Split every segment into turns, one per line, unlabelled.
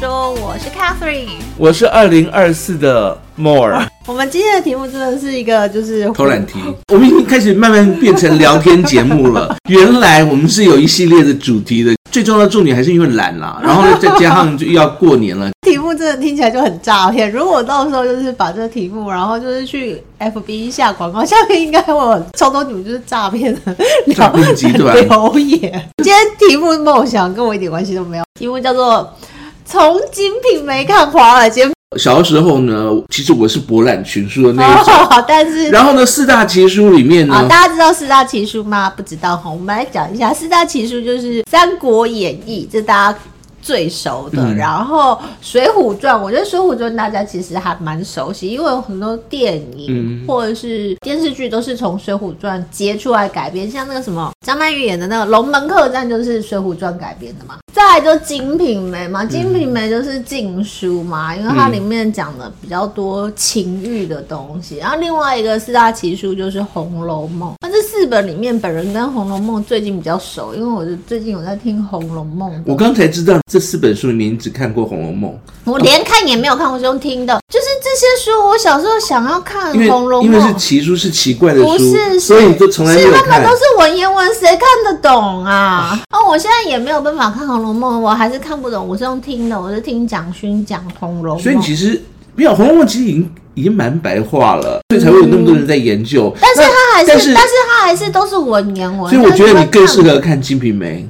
说，我是 Catherine。
我是二零二四的 More，
我们今天的题目真的是一个就是
偷懒题，我们已经开始慢慢变成聊天节目 了。原来我们是有一系列的主题的，最重要的重点还是因为懒啦，然后呢再加上就又要过年了，
题目，真的听起来就很诈骗。如果到时候就是把这个题目，然后就是去 FB 下广告，下面应该会有超多你们就是诈骗的
诈骗集团
留言。今天题目梦想跟我一点关系都没有，题目叫做“从《金瓶梅》看华尔街
小时候呢，其实我是博览群书的”，那一种。
哦， 但是
然后呢，四大奇书里面
啊，
呢，
大家知道四大奇书吗？不知道哈，我们来讲一下四大奇书，就是《三国演义》，这大家最熟的。
嗯
然后《水浒传》，我觉得《水浒传》大家其实还蛮熟悉，因为有很多电影、
嗯
或者是电视剧都是从《水浒传》截出来改编，像那个什么张曼玉演的那个《龙门客栈》就是《水浒传》改编的嘛。再来就《金瓶梅》嘛，《金瓶梅》就是禁书嘛，因为
嗯
它里面讲的比较多情欲的东西。然后另外一个四大奇书就是《红楼梦》，那这四本里面，本人跟《红楼梦》最近比较熟，因为我就最近有在听《红楼梦》的
我刚才知道这四本书里面你只看过《红楼梦
我连看也没有看，我是用听的。就是这些书，我小时候想要看》，
因
《红
为
楼
因
梦
为是》，奇书是奇怪的
不
书
是，，
所以你都从来没有
是根
看
本都。是文言文，谁看得懂啊？哦，我现在也没有办法看《红楼梦》，我还是看不懂，我是用听的，我是听蒋勋讲《红楼梦
所以》。其实没有《红楼梦》，其实已经已经蛮白话了，所以才会有那么多人在研究。
嗯但是
那
他还是，
但
但
是
是他还是都是文言文。
所以我觉得你更适
但是
合看《金瓶梅》。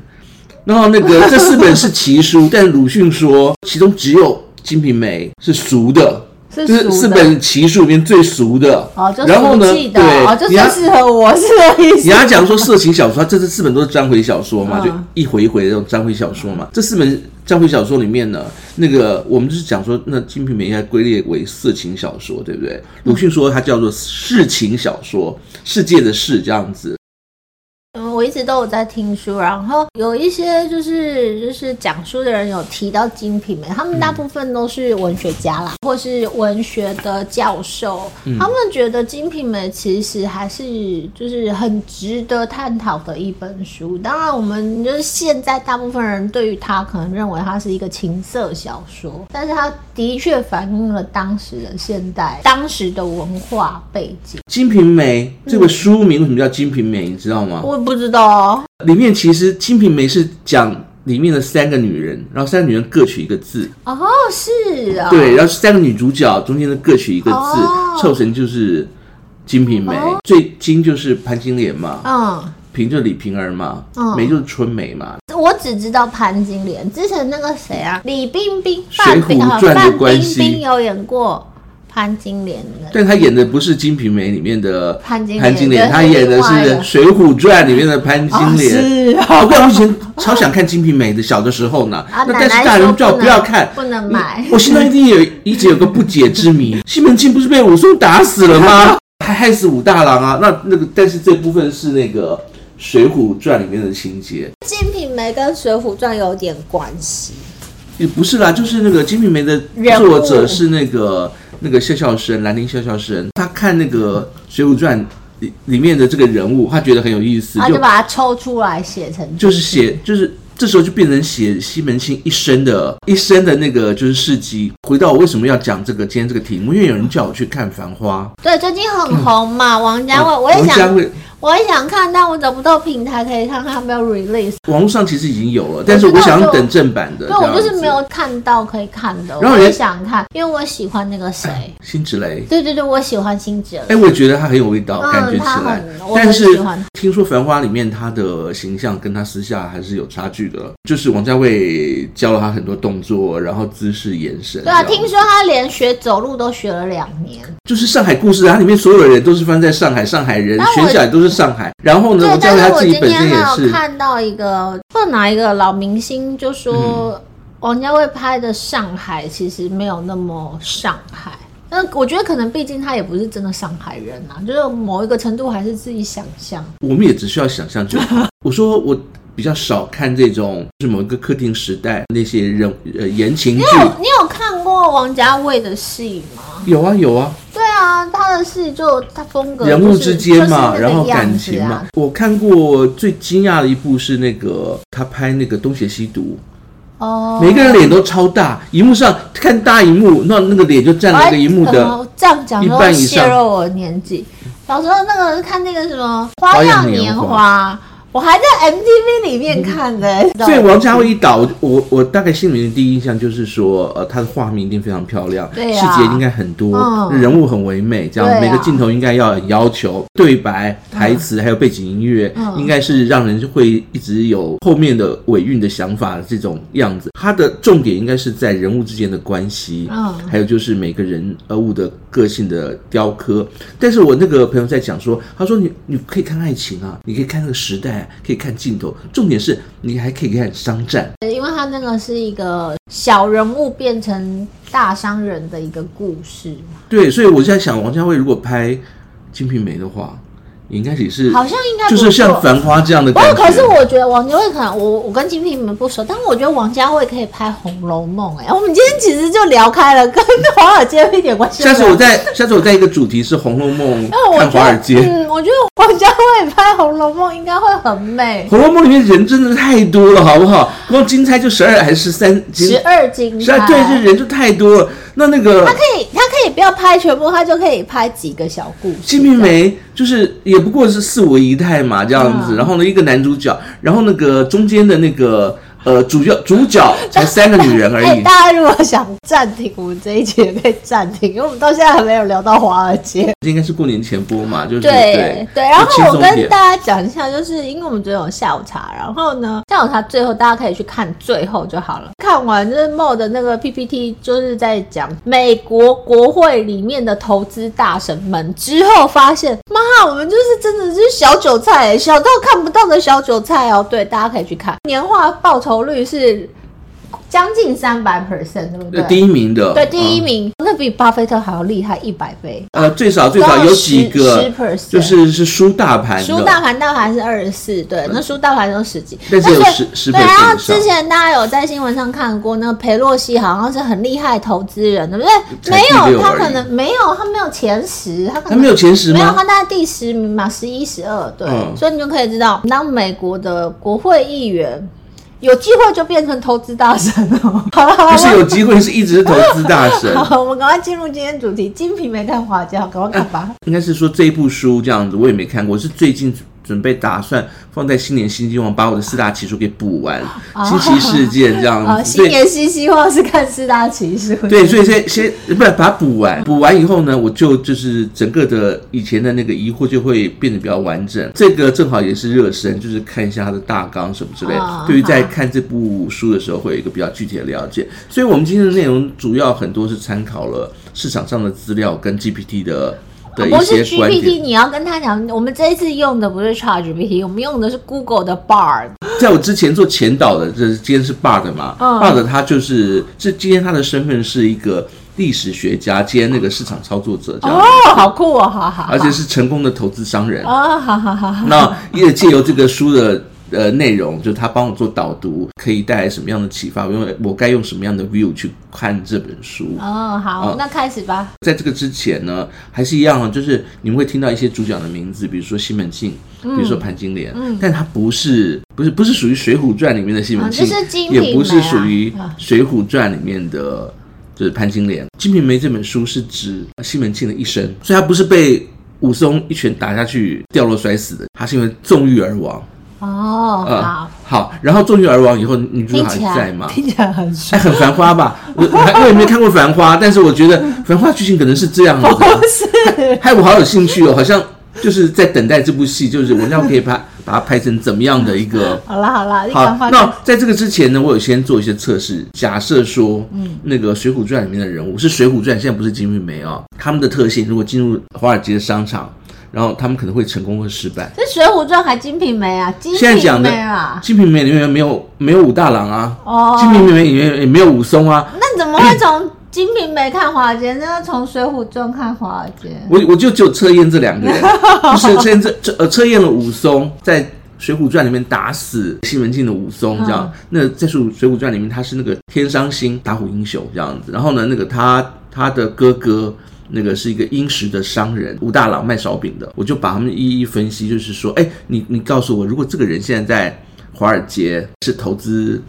然后那 个这四本是奇书，但鲁迅说其中只有《金瓶梅》是俗的，
是
就是
俗的
四本奇书里面最俗的。
哦，就
然后
是
呢，
记的哦，就
对，你要
是适合我，是这意
你
思。
要讲说色情小说，它这这四本都是章回小说嘛，
嗯
就一回一回的这种章回小说嘛。这四本章回小说里面呢，那个我们就是讲说，那《金瓶梅》应该归列为色情小说，对不对？
嗯
鲁迅说它叫做世情小说，世界的世这样子。
嗯，我一直都有在听书，然后有一些就是就是讲书的人有提到《金瓶梅》，他们大部分都是文学家啦，或是文学的教授，他们觉得《金瓶梅》其实还是就是很值得探讨的一本书。当然，我们就是现在大部分人对于它可能认为它是一个情色小说，但是它的确反映了当时的现代、当时的文化背景。
《金瓶梅》这个书名为什么叫《金瓶梅》？你知道吗？
我不知道哦，
里面其实《金瓶梅》是讲里面的三个女人，然后三个女人各取一个字，
哦，是啊、
对，然后三个女主角中间的各取一个字，
哦
凑成就是《金瓶梅》
哦
最金就是潘金莲嘛，
嗯。
平就是李瓶儿嘛，
嗯
梅就是春梅嘛。
我只知道潘金莲，之前那个谁啊，李冰冰、
水
范冰
浒
啊，
传的
范
关
冰
系
冰有演过潘金莲的。
但她演的不是《金瓶梅》里面的
潘金莲
潘金莲，
对
她演的是
是另外
《
的
水浒传》里面的潘金
是
莲。
啊，
啊，我跟我以前超想看《金瓶梅》的，小的时候呢，
啊
那但
奶奶
是大人
说
叫我
不
不要
能
看，
不能买
我心中一定有一直有个不解 之谜，西门庆不是被武松打死了吗？还害死武大郎啊？那那个，但是这部分是那个《水浒传》里面的情节，
《金瓶梅》跟《水浒传》有点关系。
也不是啦，就是那个《金瓶梅》的
人物
作者是那个那个笑笑生，兰陵笑笑生，他看那个《水浒传》里里面的这个人物，他觉得很有意思，
他
就
啊就把它抽出来写成
就是写，就是这时候就变成写西门庆一生的一生的那个就是事迹。回到我为什么要讲这个今天这个题目，因为有人叫我去看《繁花
对，最近很红嘛，王》家卫，
啊
我也
王家
想，
卫，
我也想看，但我找不到平台可以看，看有没有 release。
网络上其实已经有了，但是
我知
我
道
想要
就
等正版的。
对，我就
这样
是
子
没有看到可以看的，
然后
我也
人
想看，因为我喜欢那个谁。
辛芷蕾。
对对对，我喜欢辛芷蕾
哎，。我觉得她很有味道，
嗯
感觉起
她
来
很。我
但
很
是
喜欢
听说《繁花》里面她的形象跟她私下还是有差距的，就是王家卫教了她很多动作，然后姿势、眼神。
对啊，
这样
听说他连学走路都学了两年。
就是上海故事，它里面所有的人都是翻在上海，上海人
但我
选起来都是上海。然后呢，
对
嗯我，加
但
上
是
他
我
自己
今
本身
天
也
还有
是，
看到一个，不知道哪一个老明星就
嗯
说，王家卫拍的《上海》其实没有那么上海。那我觉得可能，毕竟他也不是真的上海人啊，就是某一个程度还是自己想象。
我们也只需要想象就 好。我说我比较少看这种，就是某一个特定时代那些人呃言情剧，
你有你有看过王家卫的戏吗？
有啊有啊，
对啊，他的戏就他风格、就是、
人物之间嘛，
呃就是那个
然后感
样子
情嘛。
啊。
我看过最惊讶的一部是那个他拍那个《东邪西毒》，
哦，
每个人脸都超大，荧幕上看大荧幕，那那个脸就占了一个荧幕的。
呃这样讲
一
都
半以上
泄露我的年纪。小时候那个看那个什么《花样年
花样年
华》，我还在 MTV 里面看的、欸。
嗯所以王家卫一导，我我我大概心里面的第一印象就是说，呃，他的画面一定非常漂亮，
对啊
细节应该很多，
嗯
人物很唯美，这样、
对啊
每个镜头应该要很要求，对白、台词、还有背景音乐，
嗯
应该是让人会一直有后面的尾韵的想法的这种样子。他的重点应该是在人物之间的关系，
嗯
还有就是每个人呃物的个性的雕刻。但是我那个朋友在讲说，他说你你可以看爱情啊，你可以看那个时代，可以看镜头，重点是你还可以看商战。
因为他那个是一个小人物变成大商人的一个故事，
对，所以我在想，王家卫如果拍《金瓶梅》的话，应该也是
好像应该不
就
错
是像《繁花》这样的
不
感
过
觉。
可是我觉得王家卫可能我我跟金瓶梅不熟，但我觉得王家卫可以拍《红楼梦》哎，我们今天其实就聊开了，跟华尔街一点关系都
下
没有。
次我在下次我在一个主题是《红楼 梦
因为》哦我
看
觉得
华尔街，
嗯，我觉得王家卫拍《红楼梦》应该会很美，
《红楼梦》里面人真的太多了，好不好？光金钗就十二还是三？
十二金
十啊二对，这人就太多了。那那个
他可以，他可以不要拍全部，他就可以拍几个小故事。
金瓶梅就是也不过是四五姨太嘛这样子，
嗯
然后呢一个男主角，然后那个中间的那个呃主角主角 才三个女人而
哎，
已。
大家如果想暂停，我们这一集也可以暂停，因为我们到现在还没有聊到华尔街。
这应该是过年前播嘛，就是
对对，然
就轻
后我
松
跟
点
大家讲一下，就是因为我们昨天有下午茶，然后呢，下午茶最后大家可以去看最后就好了。看完就是 Mo 的那个 PPT，就是在讲美国国会里面的投资大神们之后，发现妈，我们就是真的是小韭菜、小到看不到的小韭菜哦。对，大家可以去看，年化报酬率是将近三百 percent，对不对？
呃第一名的，
对，第一
嗯。
名，那比巴菲特还要厉害一百倍。
呃，最少最少有几
高
个
了10%
就是是输大盘的，
输大盘大盘是二十四，对，那输大盘都十几，
但是有
那所以
十十倍
对，然后
以上
之前大家有在新闻上看过，那个裴洛西好像是很厉害的投资人，对不对？
才
没
第
有，
六
他
而已
可能没有，他没有前十，他可
他
能
没有前十
没有，
吗？
他大概第十名嘛，十一、十二，对，
嗯
所以你就可以知道，当美国的国会议员有机会就变成投资大神哦。好了，好了
不是有机会，是一直是投资大 神。
好，我们赶快进入今天主题，《金瓶梅》看华家，赶快看吧。
应该是说这一部书这样子，我也没看过，是最近准备打算放在新年新希望，把我的四大奇书给补完，新奇事件这样子。
啊，哦新年新希望是看四大奇书。
嗯对，对，所以先先不是把它补完，补完以后呢，我就就是整个的以前的那个疑惑就会变得比较完整。这个正好也是热身，就是看一下它的大纲什么之类的
啊，
对于在看这部书的时候会有一个比较具体的了解。所以我们今天的内容主要很多是参考了市场上的资料跟 GPT 的的
啊不
一
是
些观点。
GPT，你要跟他讲，我们这一次用的不是 ChatGPT，我们用的是 Google 的 Bard。
在我之前做前导的，这是今天是 Bard 嘛、
嗯
b a r d 他就是这今天他的身份是一个历史学家兼那个市场操作者这样，
哦，好酷哦，好好好。
啊而且是成功的投资商人。
啊，好好好好。
那也借由这个书的。呃，内容就是他帮我做导读，可以带来什么样的启发？我用我该用什么样的 view 去看这本书？
哦，好，
嗯
那开始吧。
在这个之前呢，还是一样啊，就是你们会听到一些主角的名字，比如说西门庆，
嗯
比如说潘金莲，但他不是不是不是属于《水浒传》里面的西门庆，
啊这是金瓶梅啊
也不是属于《水浒传》里面的就是潘金莲。《金瓶梅》这本书是指西门庆的一生，所以他不是被武松一拳打下去掉落摔死的，他是因为纵欲而亡。
哦，
呃
好，
好，然后纵欲而亡以后，女主角
听
还
起来
在吗？
听起来很帅
哎，。很繁花吧？我我还我也没看过繁花，但是我觉得繁花剧情可能是这样子的。
不是，
害我好有兴趣哦，好像就是在等待这部戏，就是我要可以把把它拍成怎么样的一 个。
好啦好啦，你
好
赶，快
那在这个之前呢，我有先做一些测试。假设说，嗯，那个《水浒传》里面的人物是《水浒传》，现在不是《金瓶梅》啊，他们的特性，如果进入华尔街的商场，然后他们可能会成功或失败。
这《水浒传》还《金瓶梅》啊，《金
现在
瓶
讲的
梅》啊。
《金瓶梅》里面没有没有武大郎啊，
哦
金瓶梅》里面也没有武松啊，
那你怎么会从《金瓶梅》看华尔街，那从《水浒传》看华尔街？
我我就只有测验这两个人，就是测验这这呃测验了武松在《水浒传》里面打死西门庆的武松这样。那在《水浒水浒传》里面，他是那个天伤星打虎英雄这样子。然后呢，那个他他的哥哥。那个是一个殷实的商人，武大郎卖烧饼的，我就把他们一一分析，就是说，哎，你你告诉我，如果这个人现在在华尔街是投资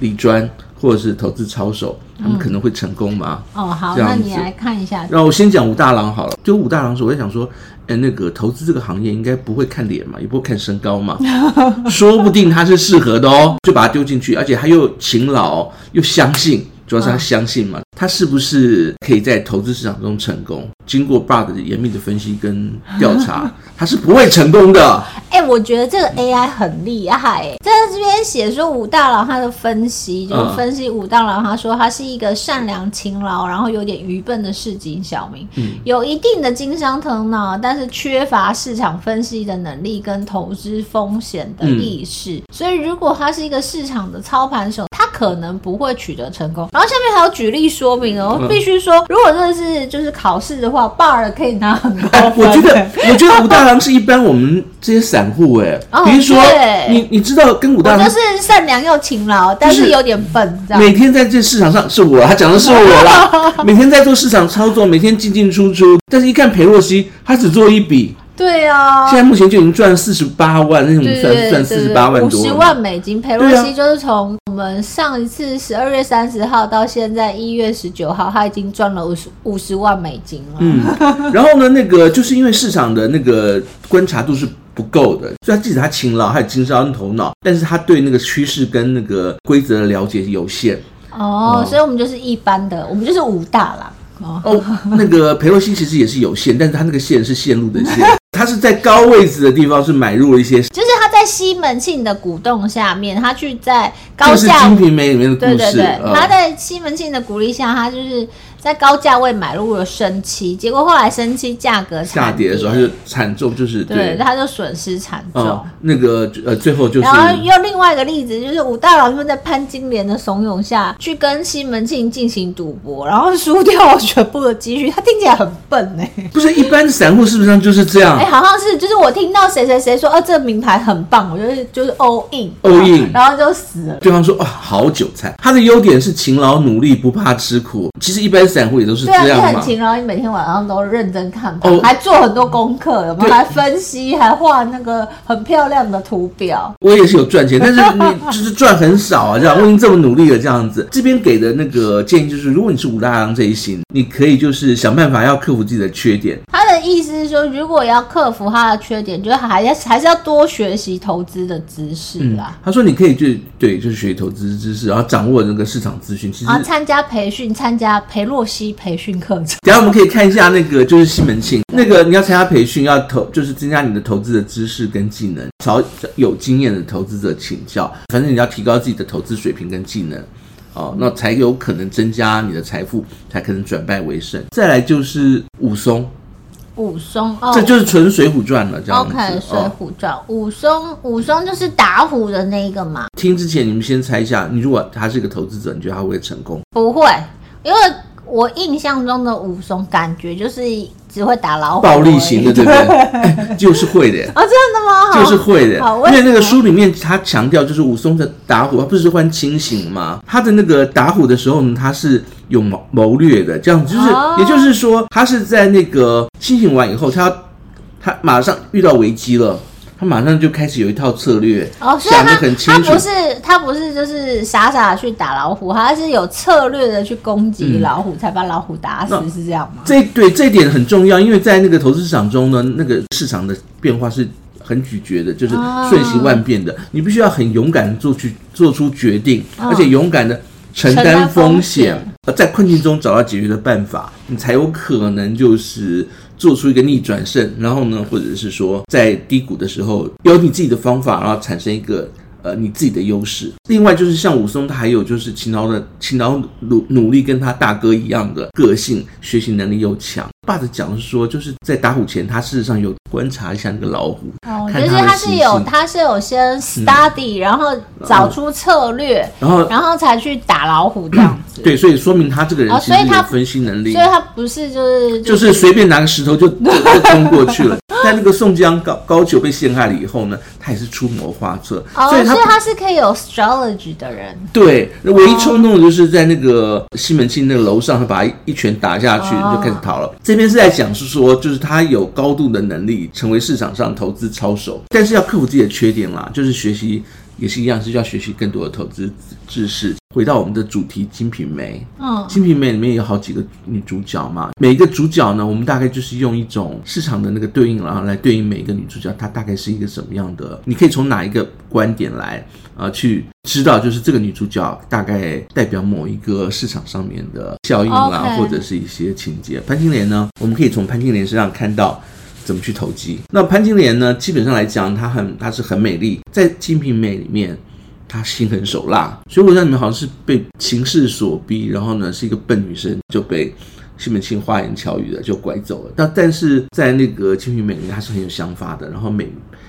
李专，或者是投资操守，他们可能会成功吗？
哦，好，
这样
那
子
你来看一下，
然后我先讲武大郎好了，就武大郎时，我在想说，哎，那个投资这个行业应该不会看脸嘛，也不会看身高嘛， 说不定他是适合的哦，就把他丢进去，而且他又勤劳又相信，主要是他
嗯
相信嘛，他是不是可以在投资市场中成功？经过 Bud 的严密的分析跟调 查，他是不会成功的。
哎、我觉得这个 AI 很厉害、哎，在这边写说武大郎他的分析，就是
嗯
分析武大郎，他说他是一个善良、勤劳，然后有点愚笨的市井小民，
嗯
有一定的经商头脑，但是缺乏市场分析的能力跟投资风险的
嗯
意识。所以，如果他是一个市场的操盘手，他可能不会取得成功。然后下面还有举例说明哦，
嗯
必须说，如果真的是就是考试的话 b a r 可以拿很高
哎
分。欸
我觉得，我觉得武大郎是一般我们这些散户哎、
哦
比如说
对
你你知道跟武大
我
郎
就是善良又勤劳，但
就是是
有点笨，这样。
每天在这市场上是我，他讲的是我 啦。每天在做市场操作，每天进进出出。但是，一看裴洛西，他只做一笔，
对啊，
现在目前就已经赚四十八万，那种
对
算
对
算四十八万
五
多
十
了。
万美金。佩洛
对啊
西就是从我们上一次十二月三十号到现在一月十九号，他已经赚了五十五十万美金了。嗯，
然后呢，那个就是因为市场的那个观察度是不够的，所以他即使他勤劳，还有经商头脑，但是他对那个趋势跟那个规则的了解有限。
哦，
哦
所以我们就是一般的，我们就是武大郎。哦，
哦，那个裴洛西其实也是有限，但是他那个线是线路的线，他是在高位置的地方是买入了一些，
就是他在西门庆的鼓动下面，他去在高
就是《
价
金瓶梅》里面的故
对
事。
对对，
呃
他在西门庆的鼓励下，他就是在高价位买入了生期，结果后来生期价格
下
惨
跌的时候，它就惨重，就是
对，他就损失惨重。
哦，那个呃，最后就是
然后又另外一个例子，就是武大郎又在潘金莲的怂恿下去跟西门庆进行赌博，然后输掉了全部的积蓄。他听起来很笨哎、欸，
不是一般散户是不是就是这样
哎、好像是就是我听到谁谁谁说，哦，这个名牌很棒，我就是就是 all in
all in
然后就死了。
对方说：“哦，好韭菜。”他的优点是勤劳努力，不怕吃苦。其实一般散户也都是
对啊，
这
你
样
很
嘛。
勤劳，你每天晚上都认真看盘，
哦
还做很多功课，有没有？
对
还分析，还画那个很漂亮的图表。
我也是有赚钱， 但是你就是赚很少啊，这样我已经这么努力了，这样子。这边给的那个建议就是，如果你是武大郎这一型，你可以就是想办法要克服自己的缺点，
他的意思是说，如果要克服他的缺点，就是还要还是要多学习投资的知识啦。
他说你可以就对，就是学投资知识，然后掌握那个市场资讯。嗯其实
啊，参加培训，参加裴洛西培训课程。
等一下我们可以看一下那个就是西门庆，那个你要参加培训，要投就是增加你的投资的知识跟技能，朝有经验的投资者请教。反正你要提高自己的投资水平跟技能，哦，那才有可能增加你的财富，才可能转败为胜。再来就是武松，
武松哦
这就是纯《水浒传》了，这样子。
，OK，《水
哦，
浒传》武松，武松就是打虎的那一个嘛？
听之前你们先猜一下，你如果他是一个投资者，你觉得他会不会成功？
不会，因为我印象中的武松感觉就是只会打老虎，
暴力型的，对不对？哎就是会的耶。
啊、真的吗？
就是会的，
好
因为那
为
个
什么
书里面他强调就是武松的打虎，他不是换清醒吗？他的那个打虎的时候呢，他是有谋谋略的，这样子就是，
哦
也就是说，他是在那个清醒完以后，他他马上遇到危机了，他马上就开始有一套策略，
哦，所以
想得
他
很
他
清楚
不。是他不是就是傻傻的去打老虎，他是有策略的去攻击老虎，才把老虎打死，
嗯那
是这样吗？
这对这一点很重要，因为在那个投资市场中呢，那个市场的变化是很咀嚼的，就是
啊
瞬息万变的。你必须要很勇敢地做去做出决定，
嗯
而且勇敢的承
承
担
担风
风
险
险，呃在困境中找到解决的办法，你才有可能就是做出一个逆转胜。然后呢，或者是说在低谷的时候，有你自己的方法，然后产生一个。呃，你自己的优势。另外就是像武松，他还有就是勤劳的勤劳努努力，跟他大哥一样的个性，学习能力又强。爸爸讲的是说，就是在打虎前，他事实上有观察一下那个老虎，
哦，就
看
是
他的嗯
他是
习
有，
性
他是有先 study，、然后找出策略，
然后
然后才去打老虎这样子。
对，所以说明他这个人
哦
其
所以
实
他
有分析能力。
所以他不是就是
嗯就是随便拿个石头就 就就冲过去了。但那个宋江高高俅被陷害了以后呢，他也是出谋划策，
哦，
所以他
所以他是可以有 strategy 的人。
对唯一冲动的就是在那个西门庆那个楼上，他把他一拳打下去
哦
就开始逃了。这边是在讲是说，就是他有高度的能力成为市场上投资操守，但是要克服自己的缺点啦，就是学习也是一样，是要学习更多的投资知识。回到我们的主题《金瓶梅》，
嗯
《金瓶梅》里面有好几个女主角嘛，每一个主角呢，我们大概就是用一种市场的那个对应，然后来对应每一个女主角，她大概是一个什么样的？你可以从哪一个观点来呃去知道，就是这个女主角大概代表某一个市场上面的效应啦
OK
或者是一些情节。潘金莲呢，我们可以从潘金莲身上看到。怎么去投机？那潘金莲呢？基本上来讲，她很她是很美丽，在《金瓶梅》里面，她心狠手辣，所以我在里面好像是被情势所逼，然后呢是一个笨女生就被西门庆花言巧语的就拐走了。那但是在那个《金瓶梅》里面，她是很有想法的，然后美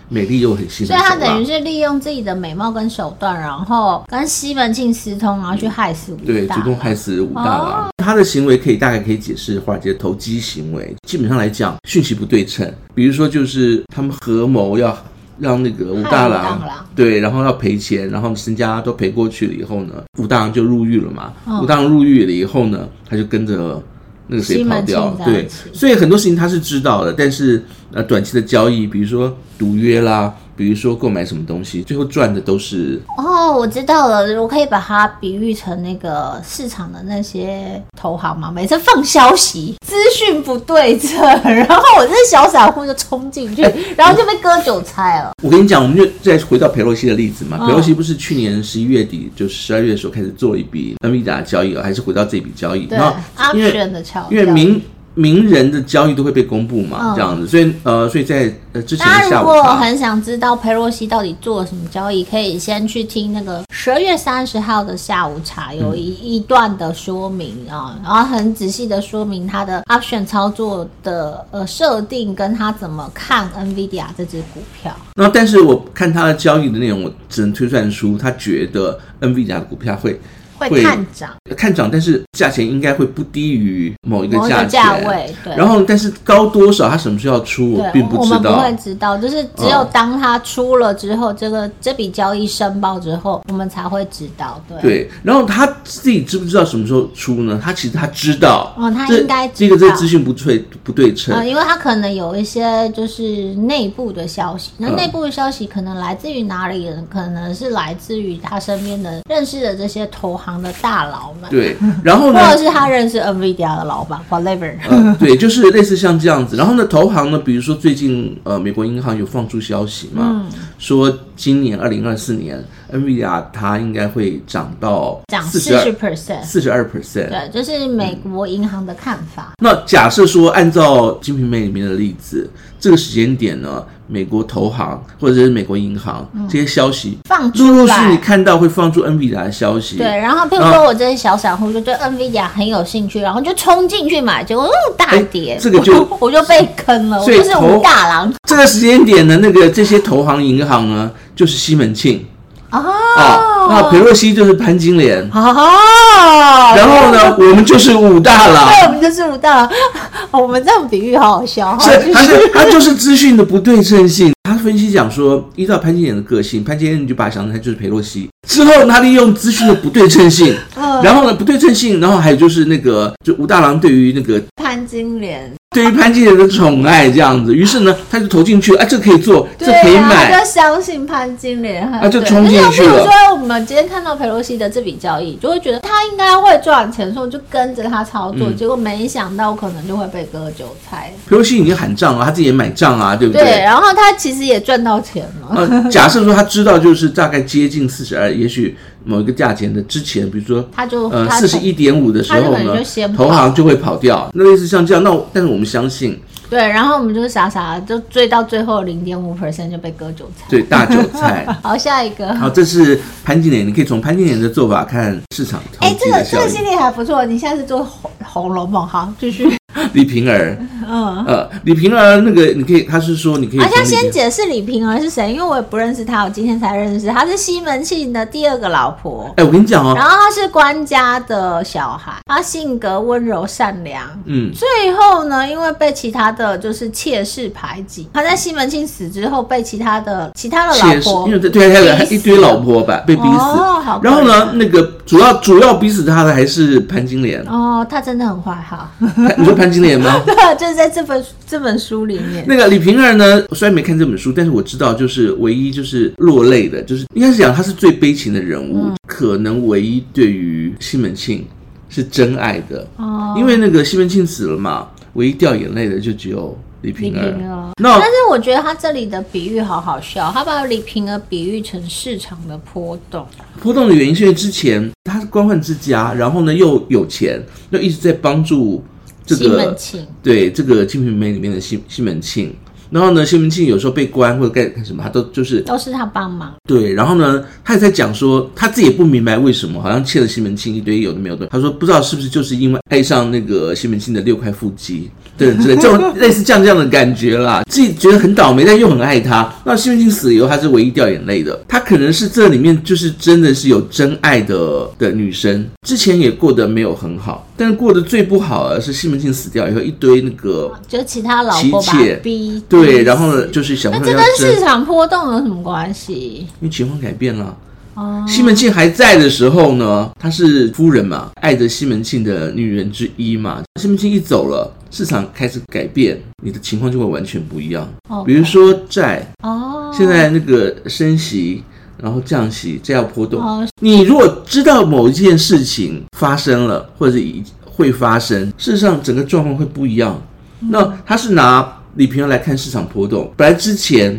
美丽又很心
所以
狠手
他
辣。
等于是利用自己的美貌跟手段，然后跟西门庆私通，然后去害死武
对，
大哦
主动害死武大郎。他的行为可以大概可以解释华尔街投机行为。基本上来讲，讯息不对称，比如说就是他们合谋要让那个武大
害
郎
武大郎
对，然后要赔钱，然后身家都赔过去了以后呢，武大郎就入狱了嘛。
嗯
武大郎入狱了以后呢，他就跟着。那个谁
西门
跑掉
庆在，
对
一起，
所以很多事情他是知道的，但是呃，短期的交易，比如说赌约啦，比如说购买什么东西，最后赚的都是
哦，我知道了，我可以把它比喻成那个市场的那些投行嘛，每次放消息，资讯不对称，然后我这小散户就冲进
哎
去，然后就被割韭菜了。
我跟你讲，我们就再回到裴洛西的例子嘛。
嗯
裴洛西不是去年十一月底，就十二月的时候开始做了一笔 Nvidia 的交易，还是回到这笔交易。
对
然后因为
，option 的桥
因为
段
名名人的交易都会被公布嘛，
嗯
这样子，所以呃，所以在呃之前
大
的
家
下
如
午
果
茶
很想知道佩洛西到底做了什么交易，可以先去听那个十二月三十号的下午茶，有一、一段的说明啊，然后很仔细的说明他的 option 操作的呃设定，跟他怎么看 NVIDIA 这只股票。
然后，但是我看他的交易的内容，我只能推算出他觉得 Nvidia 的股票会
会看涨
看涨，但是价钱应该会不低于某一个
某一
价
个
钱。
价位，对，
然后，但是高多少，他什么时候要出，
对，
并不
我
知
们不
道。
会知道，就是只有
嗯
当他出了之后，这个这笔交易申报之后，我们才会知道，对，
对，然后他自己知不知道什么时候出呢？他其实他知道，
哦他
这
应该知道
这个这个资讯不对不对称，
呃，因为它可能有一些就是内部的消息，那
嗯
内部的消息可能来自于哪里？可能是来自于他身边的认识的这些投行的大佬们，，
对。然后呢
或，者是他认识 NVIDIA 的老板，whatever。
呃， 对，就是类似像这样子。然后呢，投行呢，比如说最近呃，美国银行有放出消息嘛，
嗯
说今年二零二四年 NVIDIA 它应该会涨到
涨
四
四
十
十
二
percent，
四十二 percent。
对，就是美国银行的看法。
那假设说，按照《金瓶梅》里面的例子，这个时间点呢，美国投行或者是美国银行、
嗯
这些消息
放出
嗯陆
来
陆续续看到会放出 NVIDIA 的消息，
对，然后譬如说我这些小散户就对 NVIDIA 很有兴趣，然后就冲进去买，结果哦大
哎
跌，
这个就
我我就被坑了，我
所以
就是
投
武大郎
这个时间点呢，那个这些投行、银行呢，就是西门庆啊，那裴
哦
洛西就是潘金莲，
哦，
然后呢，我们就是武大
对，
郎，
我们就是武大郎。 我们这样比喻好好笑哈，
是
就
他
是
是他就是资讯的不对称性。他分析讲说，依照潘金莲的个性，潘金莲你就把他想成他就是裴洛西。之后他利用资讯的不对称性，
嗯
然后呢不对称性，然后还有就是那个就武大郎对于那个
潘金莲，
对于潘金莲的宠爱这样子，于是呢他就投进去，哎、这可以做，这
对
可以
啊，
买
他，就相信潘金莲，
啊就冲进去
比如
了
说，我们今天看到佩洛西的这笔交易，就会觉得他应该会赚钱，所以我就跟着他操作，
嗯
结果没想到可能就会被割韭菜。
裴洛西已经喊账了，他自己也买账啊，对不
对，然后他其实也赚到钱了。
呃，假设说他知道就是大概接近四十二，也许某一个价钱的之前，比如说
他就
呃
哦他
四十一点五的时候
他可能
呢
就先，跑
投行就会跑掉。那类似像这样，那我但是我们相信，
对，然后我们就傻傻地就追到最后零点五 percent 就被割韭菜。
对大韭 菜。
好，下一个。
好，这是潘金莲，你可以从潘金莲的做法看市场投
哎、
机
这个
的
这
效
个
应
心。理还不错，你下次做红红楼梦，哦好，继 续。
李瓶儿，
嗯，
呃，李瓶儿那个你可以，他是说你可以
好
从
像
里面
先解释李瓶儿是谁，因为我也不认识她，我今天才认识。她是西门庆的第二个老婆，
哎，我跟你讲哦，
然后她是官家的小孩，她性格温柔善良。
嗯，
最后呢，因为被其他的就是妾室排挤，她在西门庆死之后被其他的其他的
妾
老
室，
婆
因为对对，还有还
逼死
一堆老婆吧被逼死
哦好。可
然后呢
怜，
那个主要主要逼死他的还是潘 金莲。
哦，她真的很坏哈。
潘你说潘金莲吗？
对，就是在这本这本书里面，
那个李瓶儿呢，虽然没看这
嗯
本书，但是我知道，就是唯一就是落泪的，就是应该是讲她是最悲情的人物。可可能唯一对于西门庆是真爱的，
哦，
因为那个西门庆死了嘛，唯一掉眼泪的就只有李
李
瓶
瓶
儿。
儿。
那
但是我觉得他这里的比喻好好笑，他把李瓶儿比喻成市场的波动。
波动的原因是因为之前他是官宦之家，然后呢又有钱，又一直在帮助这
西门
个
庆，
对这个《金瓶梅》里面的西西门庆。然后呢，西门庆有时候被关或者干干什么，他都就是
都是他帮忙。
对，然后呢，他也在讲说，他自己也不明白为什么，好像欠了西门庆一堆有的没有的。他说不知道是不是就是因为爱上那个西门庆的六块腹肌，对之类，这种类似这样这样的感觉啦，自己觉得很倒霉，但又很爱他。那西门庆死了以后，他是唯一掉眼泪的。他可能是这里面就是真的是有真爱的的女生，之前也过得没有很好，但是过得最不好的是西门庆死掉以后，一堆那个
就其他老婆把
妻妾
他逼
对，然后呢就是想
那
办法
这
要
跟
争
市，场波动有什么关系？
因为情况改变了。
哦，
西门庆还在的时候呢，她是夫人嘛，爱着西门庆的女人之一嘛。西门庆一走了，市场开始改变，你的情况就会完全不一样。
哦
比如说债，
哦，
现在那个升息，然后降息，这要波动。
哦
你如果知道某一件事情发生了，或者是已会发生，事实上整个状况会不一样。
嗯
那他是拿李平遥来看市场波动，本来之前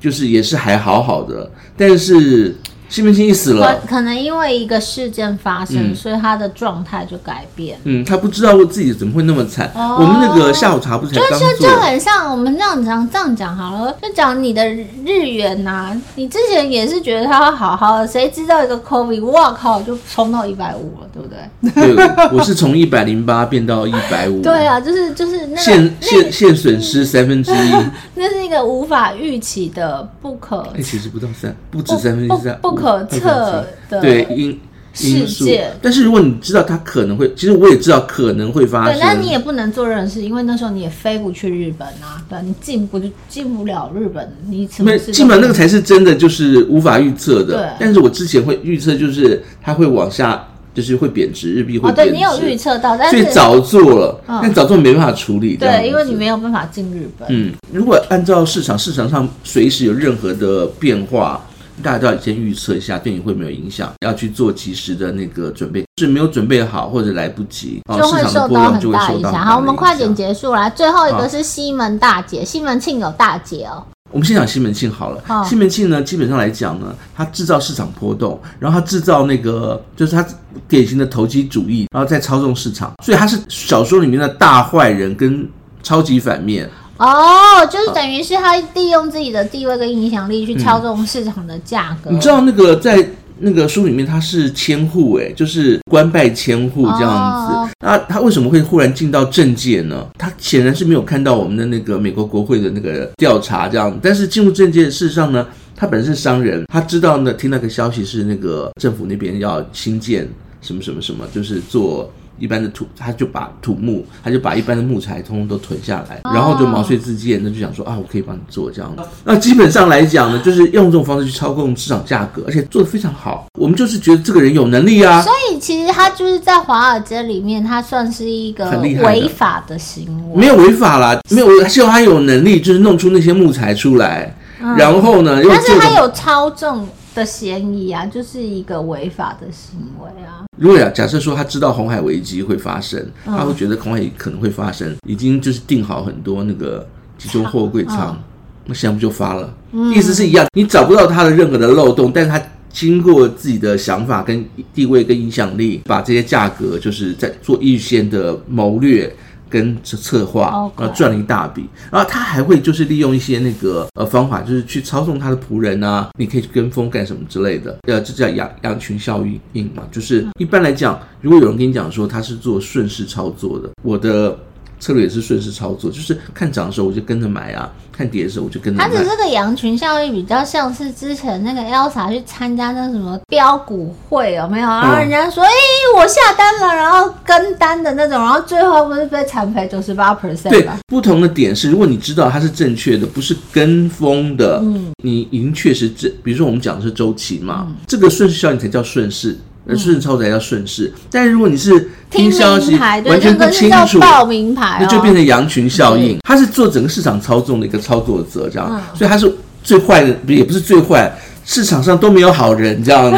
就是也是还好好的，但是西门庆一死了
可。可能因为一个事件发生，
嗯
所以他的状态就改变。
嗯，他不知道自己怎么会那么惨。
哦
我们那个下午茶不是才
就
刚
就就
做？
很像我们这样讲这样讲好了，就讲你的日元呐、你之前也是觉得它会好好的，谁知道一个 COVID，哇靠，就冲到一百五了，对不对？
对，我是从一百零八变到一百五。
对，啊，就是就是那个嗯
现现现损失三分之一，
那是一个无法预期的、不可
哎，其实不到三，不止
不
三分之三，
不不可测的
对因因
世
素
界。
但是如果你知道它可能会，其实我也知道可能会发
对，
生。
那你也不能做任何事，因为那时候你也飞不去日本啊，对，你进不进不了日本，你什么
没，
事都
基本上那个才是真的，就是无法预测的
对。
但是我之前会预测，就是它会往下，就是会贬值，日币会
哦，对
贬值。
你有预测到，但
所以
是
早做了，
嗯
但早做没办法处理。这样
对，因为你
子
没有办法进日本，
嗯，如果按照市场，市场上随时有任何的变化，大家都要先预测一下，对你会没有影响，要去做及时的那个准备。是没有准备好或者来不及，啊
就会
市场的
受
波
到
动就
很
会
大
受
影
到很大的
响。好，我们快点
影响。
结束啦。最后一
好
个是西门大姐，西门庆有大姐哦，
我们先讲西门庆好了。
好
西门庆呢，基本上来讲呢，他制造市场波动，然后他制造那个就是他典型的投机主义，然后再操纵市场，所以他是小说里面的大坏人跟超级反面。
哦，就是等于是他利用自己的地位跟影响力去敲中市场的价格。
嗯你知道那个在那个书里面他是千户哎，就是官拜千户这样子。
哦
那他为什么会忽然进到政界呢？他显然是没有看到我们的那个美国国会的那个调查这样，但是进入政界，事实上呢，他本身是商人，他知道呢，听到个消息是那个政府那边要新建什么什么什么，就是做。一般的土，他就把土木，他就把一般的木材通通都囤下来，然后就毛遂自荐，那就想说啊，我可以帮你做这样子。那基本上来讲呢，就是用这种方式去操控市场价格，而且做得非常好。我们就是觉得这个人有能力啊，
所以其实他就是在华尔街里面，他算是一个
很厉害的
违法的行为。
没有违法啦，没有违法，希望他有能力就是弄出那些木材出来，然后呢又
嗯但
做
是他
的。
有操纵的嫌疑啊，就是一个违法的行为啊。
如果假假设说他知道红海危机会发生，他会觉得红海可能会发生，已经就是定好很多那个集中货柜仓，那现在不就发了？意思是一样，你找不到他的任何的漏洞，但是他。经过自己的想法、跟地位、跟影响力，把这些价格就是在做预先的谋略跟策策划，
OK
然后赚了一大笔。然后他还会就是利用一些那个呃方法，就是去操纵他的仆人啊，你可以去跟风干什么之类的。呃，这叫羊羊群效应嘛，就是一般来讲，如果有人跟你讲说他是做顺势操作的，我的。策略也是顺势操作，就是看涨的时候我就跟着买啊，看跌的时候我就跟着啊
他
卖。
的这个羊群效应比较像是之前那个 Elsa 去参加那什么标股会有没有？
嗯
然后人家说，哎、我下单了，然后跟单的那种，然后最后不是被惨赔九十八 percent
对
吗？，
不同的点是，如果你知道它是正确的，不是跟风的，嗯，你已经确实这，比如说我们讲的是周期嘛，这个顺势效应才叫顺势，而顺势操作才叫顺势。但如果你是嗯听消息
名牌，对，
完
那
全不
个是
清
叫
楚。
报名牌、哦，
那就变成羊群效应，啊嗯它是做整个市场操纵的一个操作者，这样，所以它是最坏的，不也不是最坏，市场上都没有好人这样子，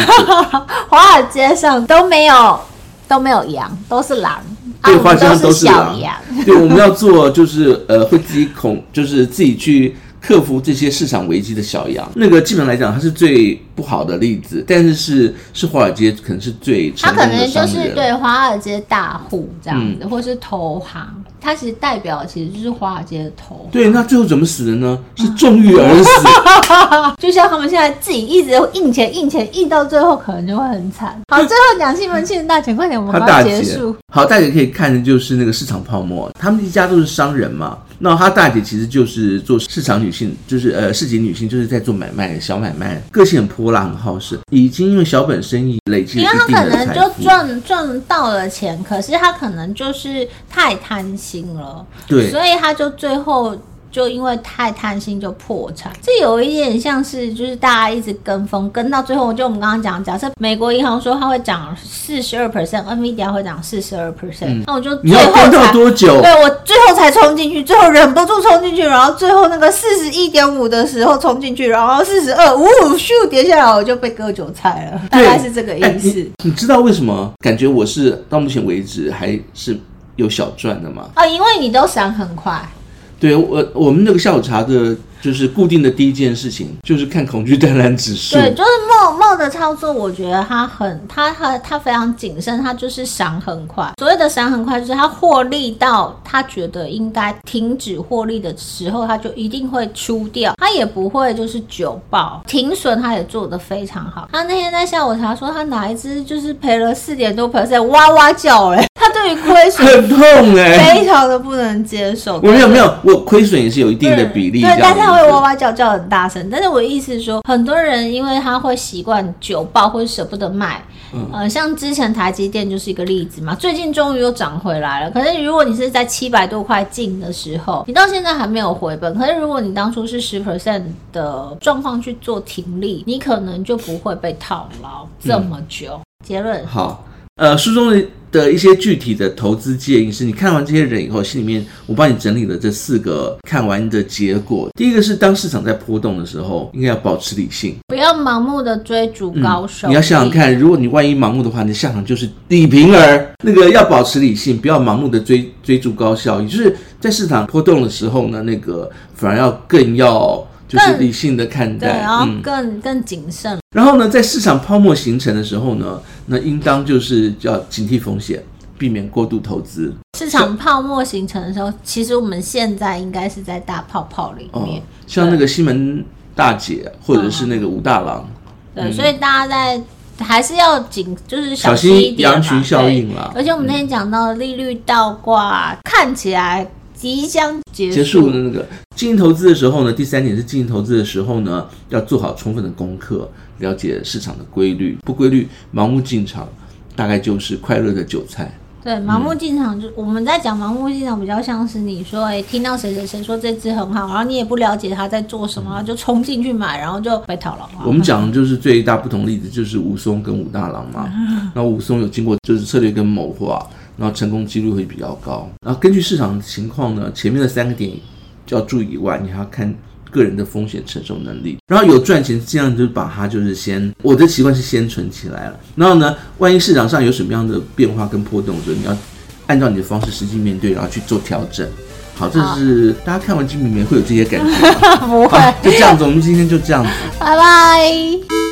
华尔街上都没有都没有羊，都是狼，啊，
对，
我
花
们
香
都
都
是
是
小
狼
羊。
对，我们要做就是呃，会自己恐，就是自己去克服这些市场危机的小羊。那个基本上来讲，它是最不好的例子，但是是是华尔街可能是最
他
成功
可
的
能
商
就是
人。嗯
对华尔街大户这样子，或是投行，它其实代表其实就是华尔街的头，
对，那最后怎么死的呢？是中狱而死。
就像他们现在自己一直印钱印钱，印到最后可能就会很惨。 好，最后讲新闻，新闻大姐，快点，我
他
们
大
要结
姐
束。
好，大姐可以看的就是那个市场泡沫，他们一家都是商人嘛。那她大姐其实就是做市场女性，就是呃市井女性，就是在做买卖，小买卖，个性很泼辣，很好胜，已经因为小本生意累积
因
了
为他
一定
可
的
能
财
就
富。
赚赚到了钱，可是他可能就是太贪心了，
对，
所以他就最后就因为太贪心就破产。这有一点像是就是大家一直跟风，跟到最后，就我们刚刚讲，假设美国银行说它会涨四十二 percent，NVIDIA 会涨四十二 percent，那我就
嗯你
最
要
后
跟到
才。
多久？
对我最后才冲进去，最后忍不住冲进去，然后最后那个四十一点五的时候冲进去，然后四十二，呜咻跌下来，我就被割韭菜了，大
对
概是这个
哎
意思。
你知道为什么？感觉我是到目前为止还是有小赚的吗？
哦，因为你都闪很快，
对我，我们那个下午茶的，就是固定的第一件事情，就是看恐惧贪婪指数。
对，就是梦梦的操作，我觉得他很，他他他非常谨慎，他就是闪很快。所谓的闪很快，就是他获利到他觉得应该停止获利的时候，他就一定会出掉，他也不会就是久爆停损，他也做得非常好。他那天在下午茶说，他哪一只就是赔了四点多 percent，哇哇叫嘞，他对于亏 损
很痛 哎、
非常的不能接受。
我没有没有，我亏损也是有一定的
对
比例这
对
样，子。
但是他会哇哇叫叫很大声。但是我意思是说，很多人因为他会习惯久抱或者舍不得卖，
嗯
呃，像之前台积电就是一个例子嘛，最近终于又涨回来了。可是如果你是在七百多块进的时候，你到现在还没有回本，可是如果你当初是十 percent 的状况去做停利，你可能就不会被套牢
嗯
这么久。结论
好，呃，书中的的一些具体的投资建议是，你看完这些人以后，心里面我帮你整理了这四个看完的结果。第一个是，当市场在波动的时候，应该要保持理性。
不要盲目的追逐高手、
嗯你要想想。看，如果你万一盲目的话，你下场就是李瓶儿。那个要保持理性，不要盲目的追追逐高效，也就是在市场波动的时候呢，那个反而要更要就是
更
理性的看
对，哦
待。
然后
嗯。
更更谨慎
然后呢，在市场泡沫形成的时候呢，那应当就是要警惕风险，避免过度投资。
市场泡沫形成的时候，其实我们现在应该是在大泡泡里
哦
面，，
像那个西门大姐，或者是那个武大郎，嗯
对，所以大家在还是要紧，就是
小
心一
心
点嘛
羊群效。
对
应啦。
而且我们那天讲到的利率倒挂，看起来即将结
结束的那个进行投资的时候呢，第三点是进行投资的时候呢，要做好充分的功课，了解市场的规律，不规律盲目进场，大概就是快乐的韭菜。
对，盲目进场就、我们在讲盲目进场，比较像是你说，哎、听到谁谁谁说这只很好，然后你也不了解他在做什么，然后就冲进去买，然后就被套牢了。
我们讲的就是最大不同例子，就是武松跟武大郎嘛。 那武松有经过就是策略跟谋划，然后成功几率会比较高。然后根据市场情况呢，前面的三个点就要注意以外，你还要看个人的风险承受能力。然后有赚钱，尽量就把它就是先，我的习惯是先存起来了。然后呢，万一市场上有什么样的变化跟波动的时候，你要按照你的方式实际面对，然后去做调整。好，这是大家看啊完《金瓶梅》会有这些感觉吗，
不会，
就这样子。我们今天就这样子。
拜拜。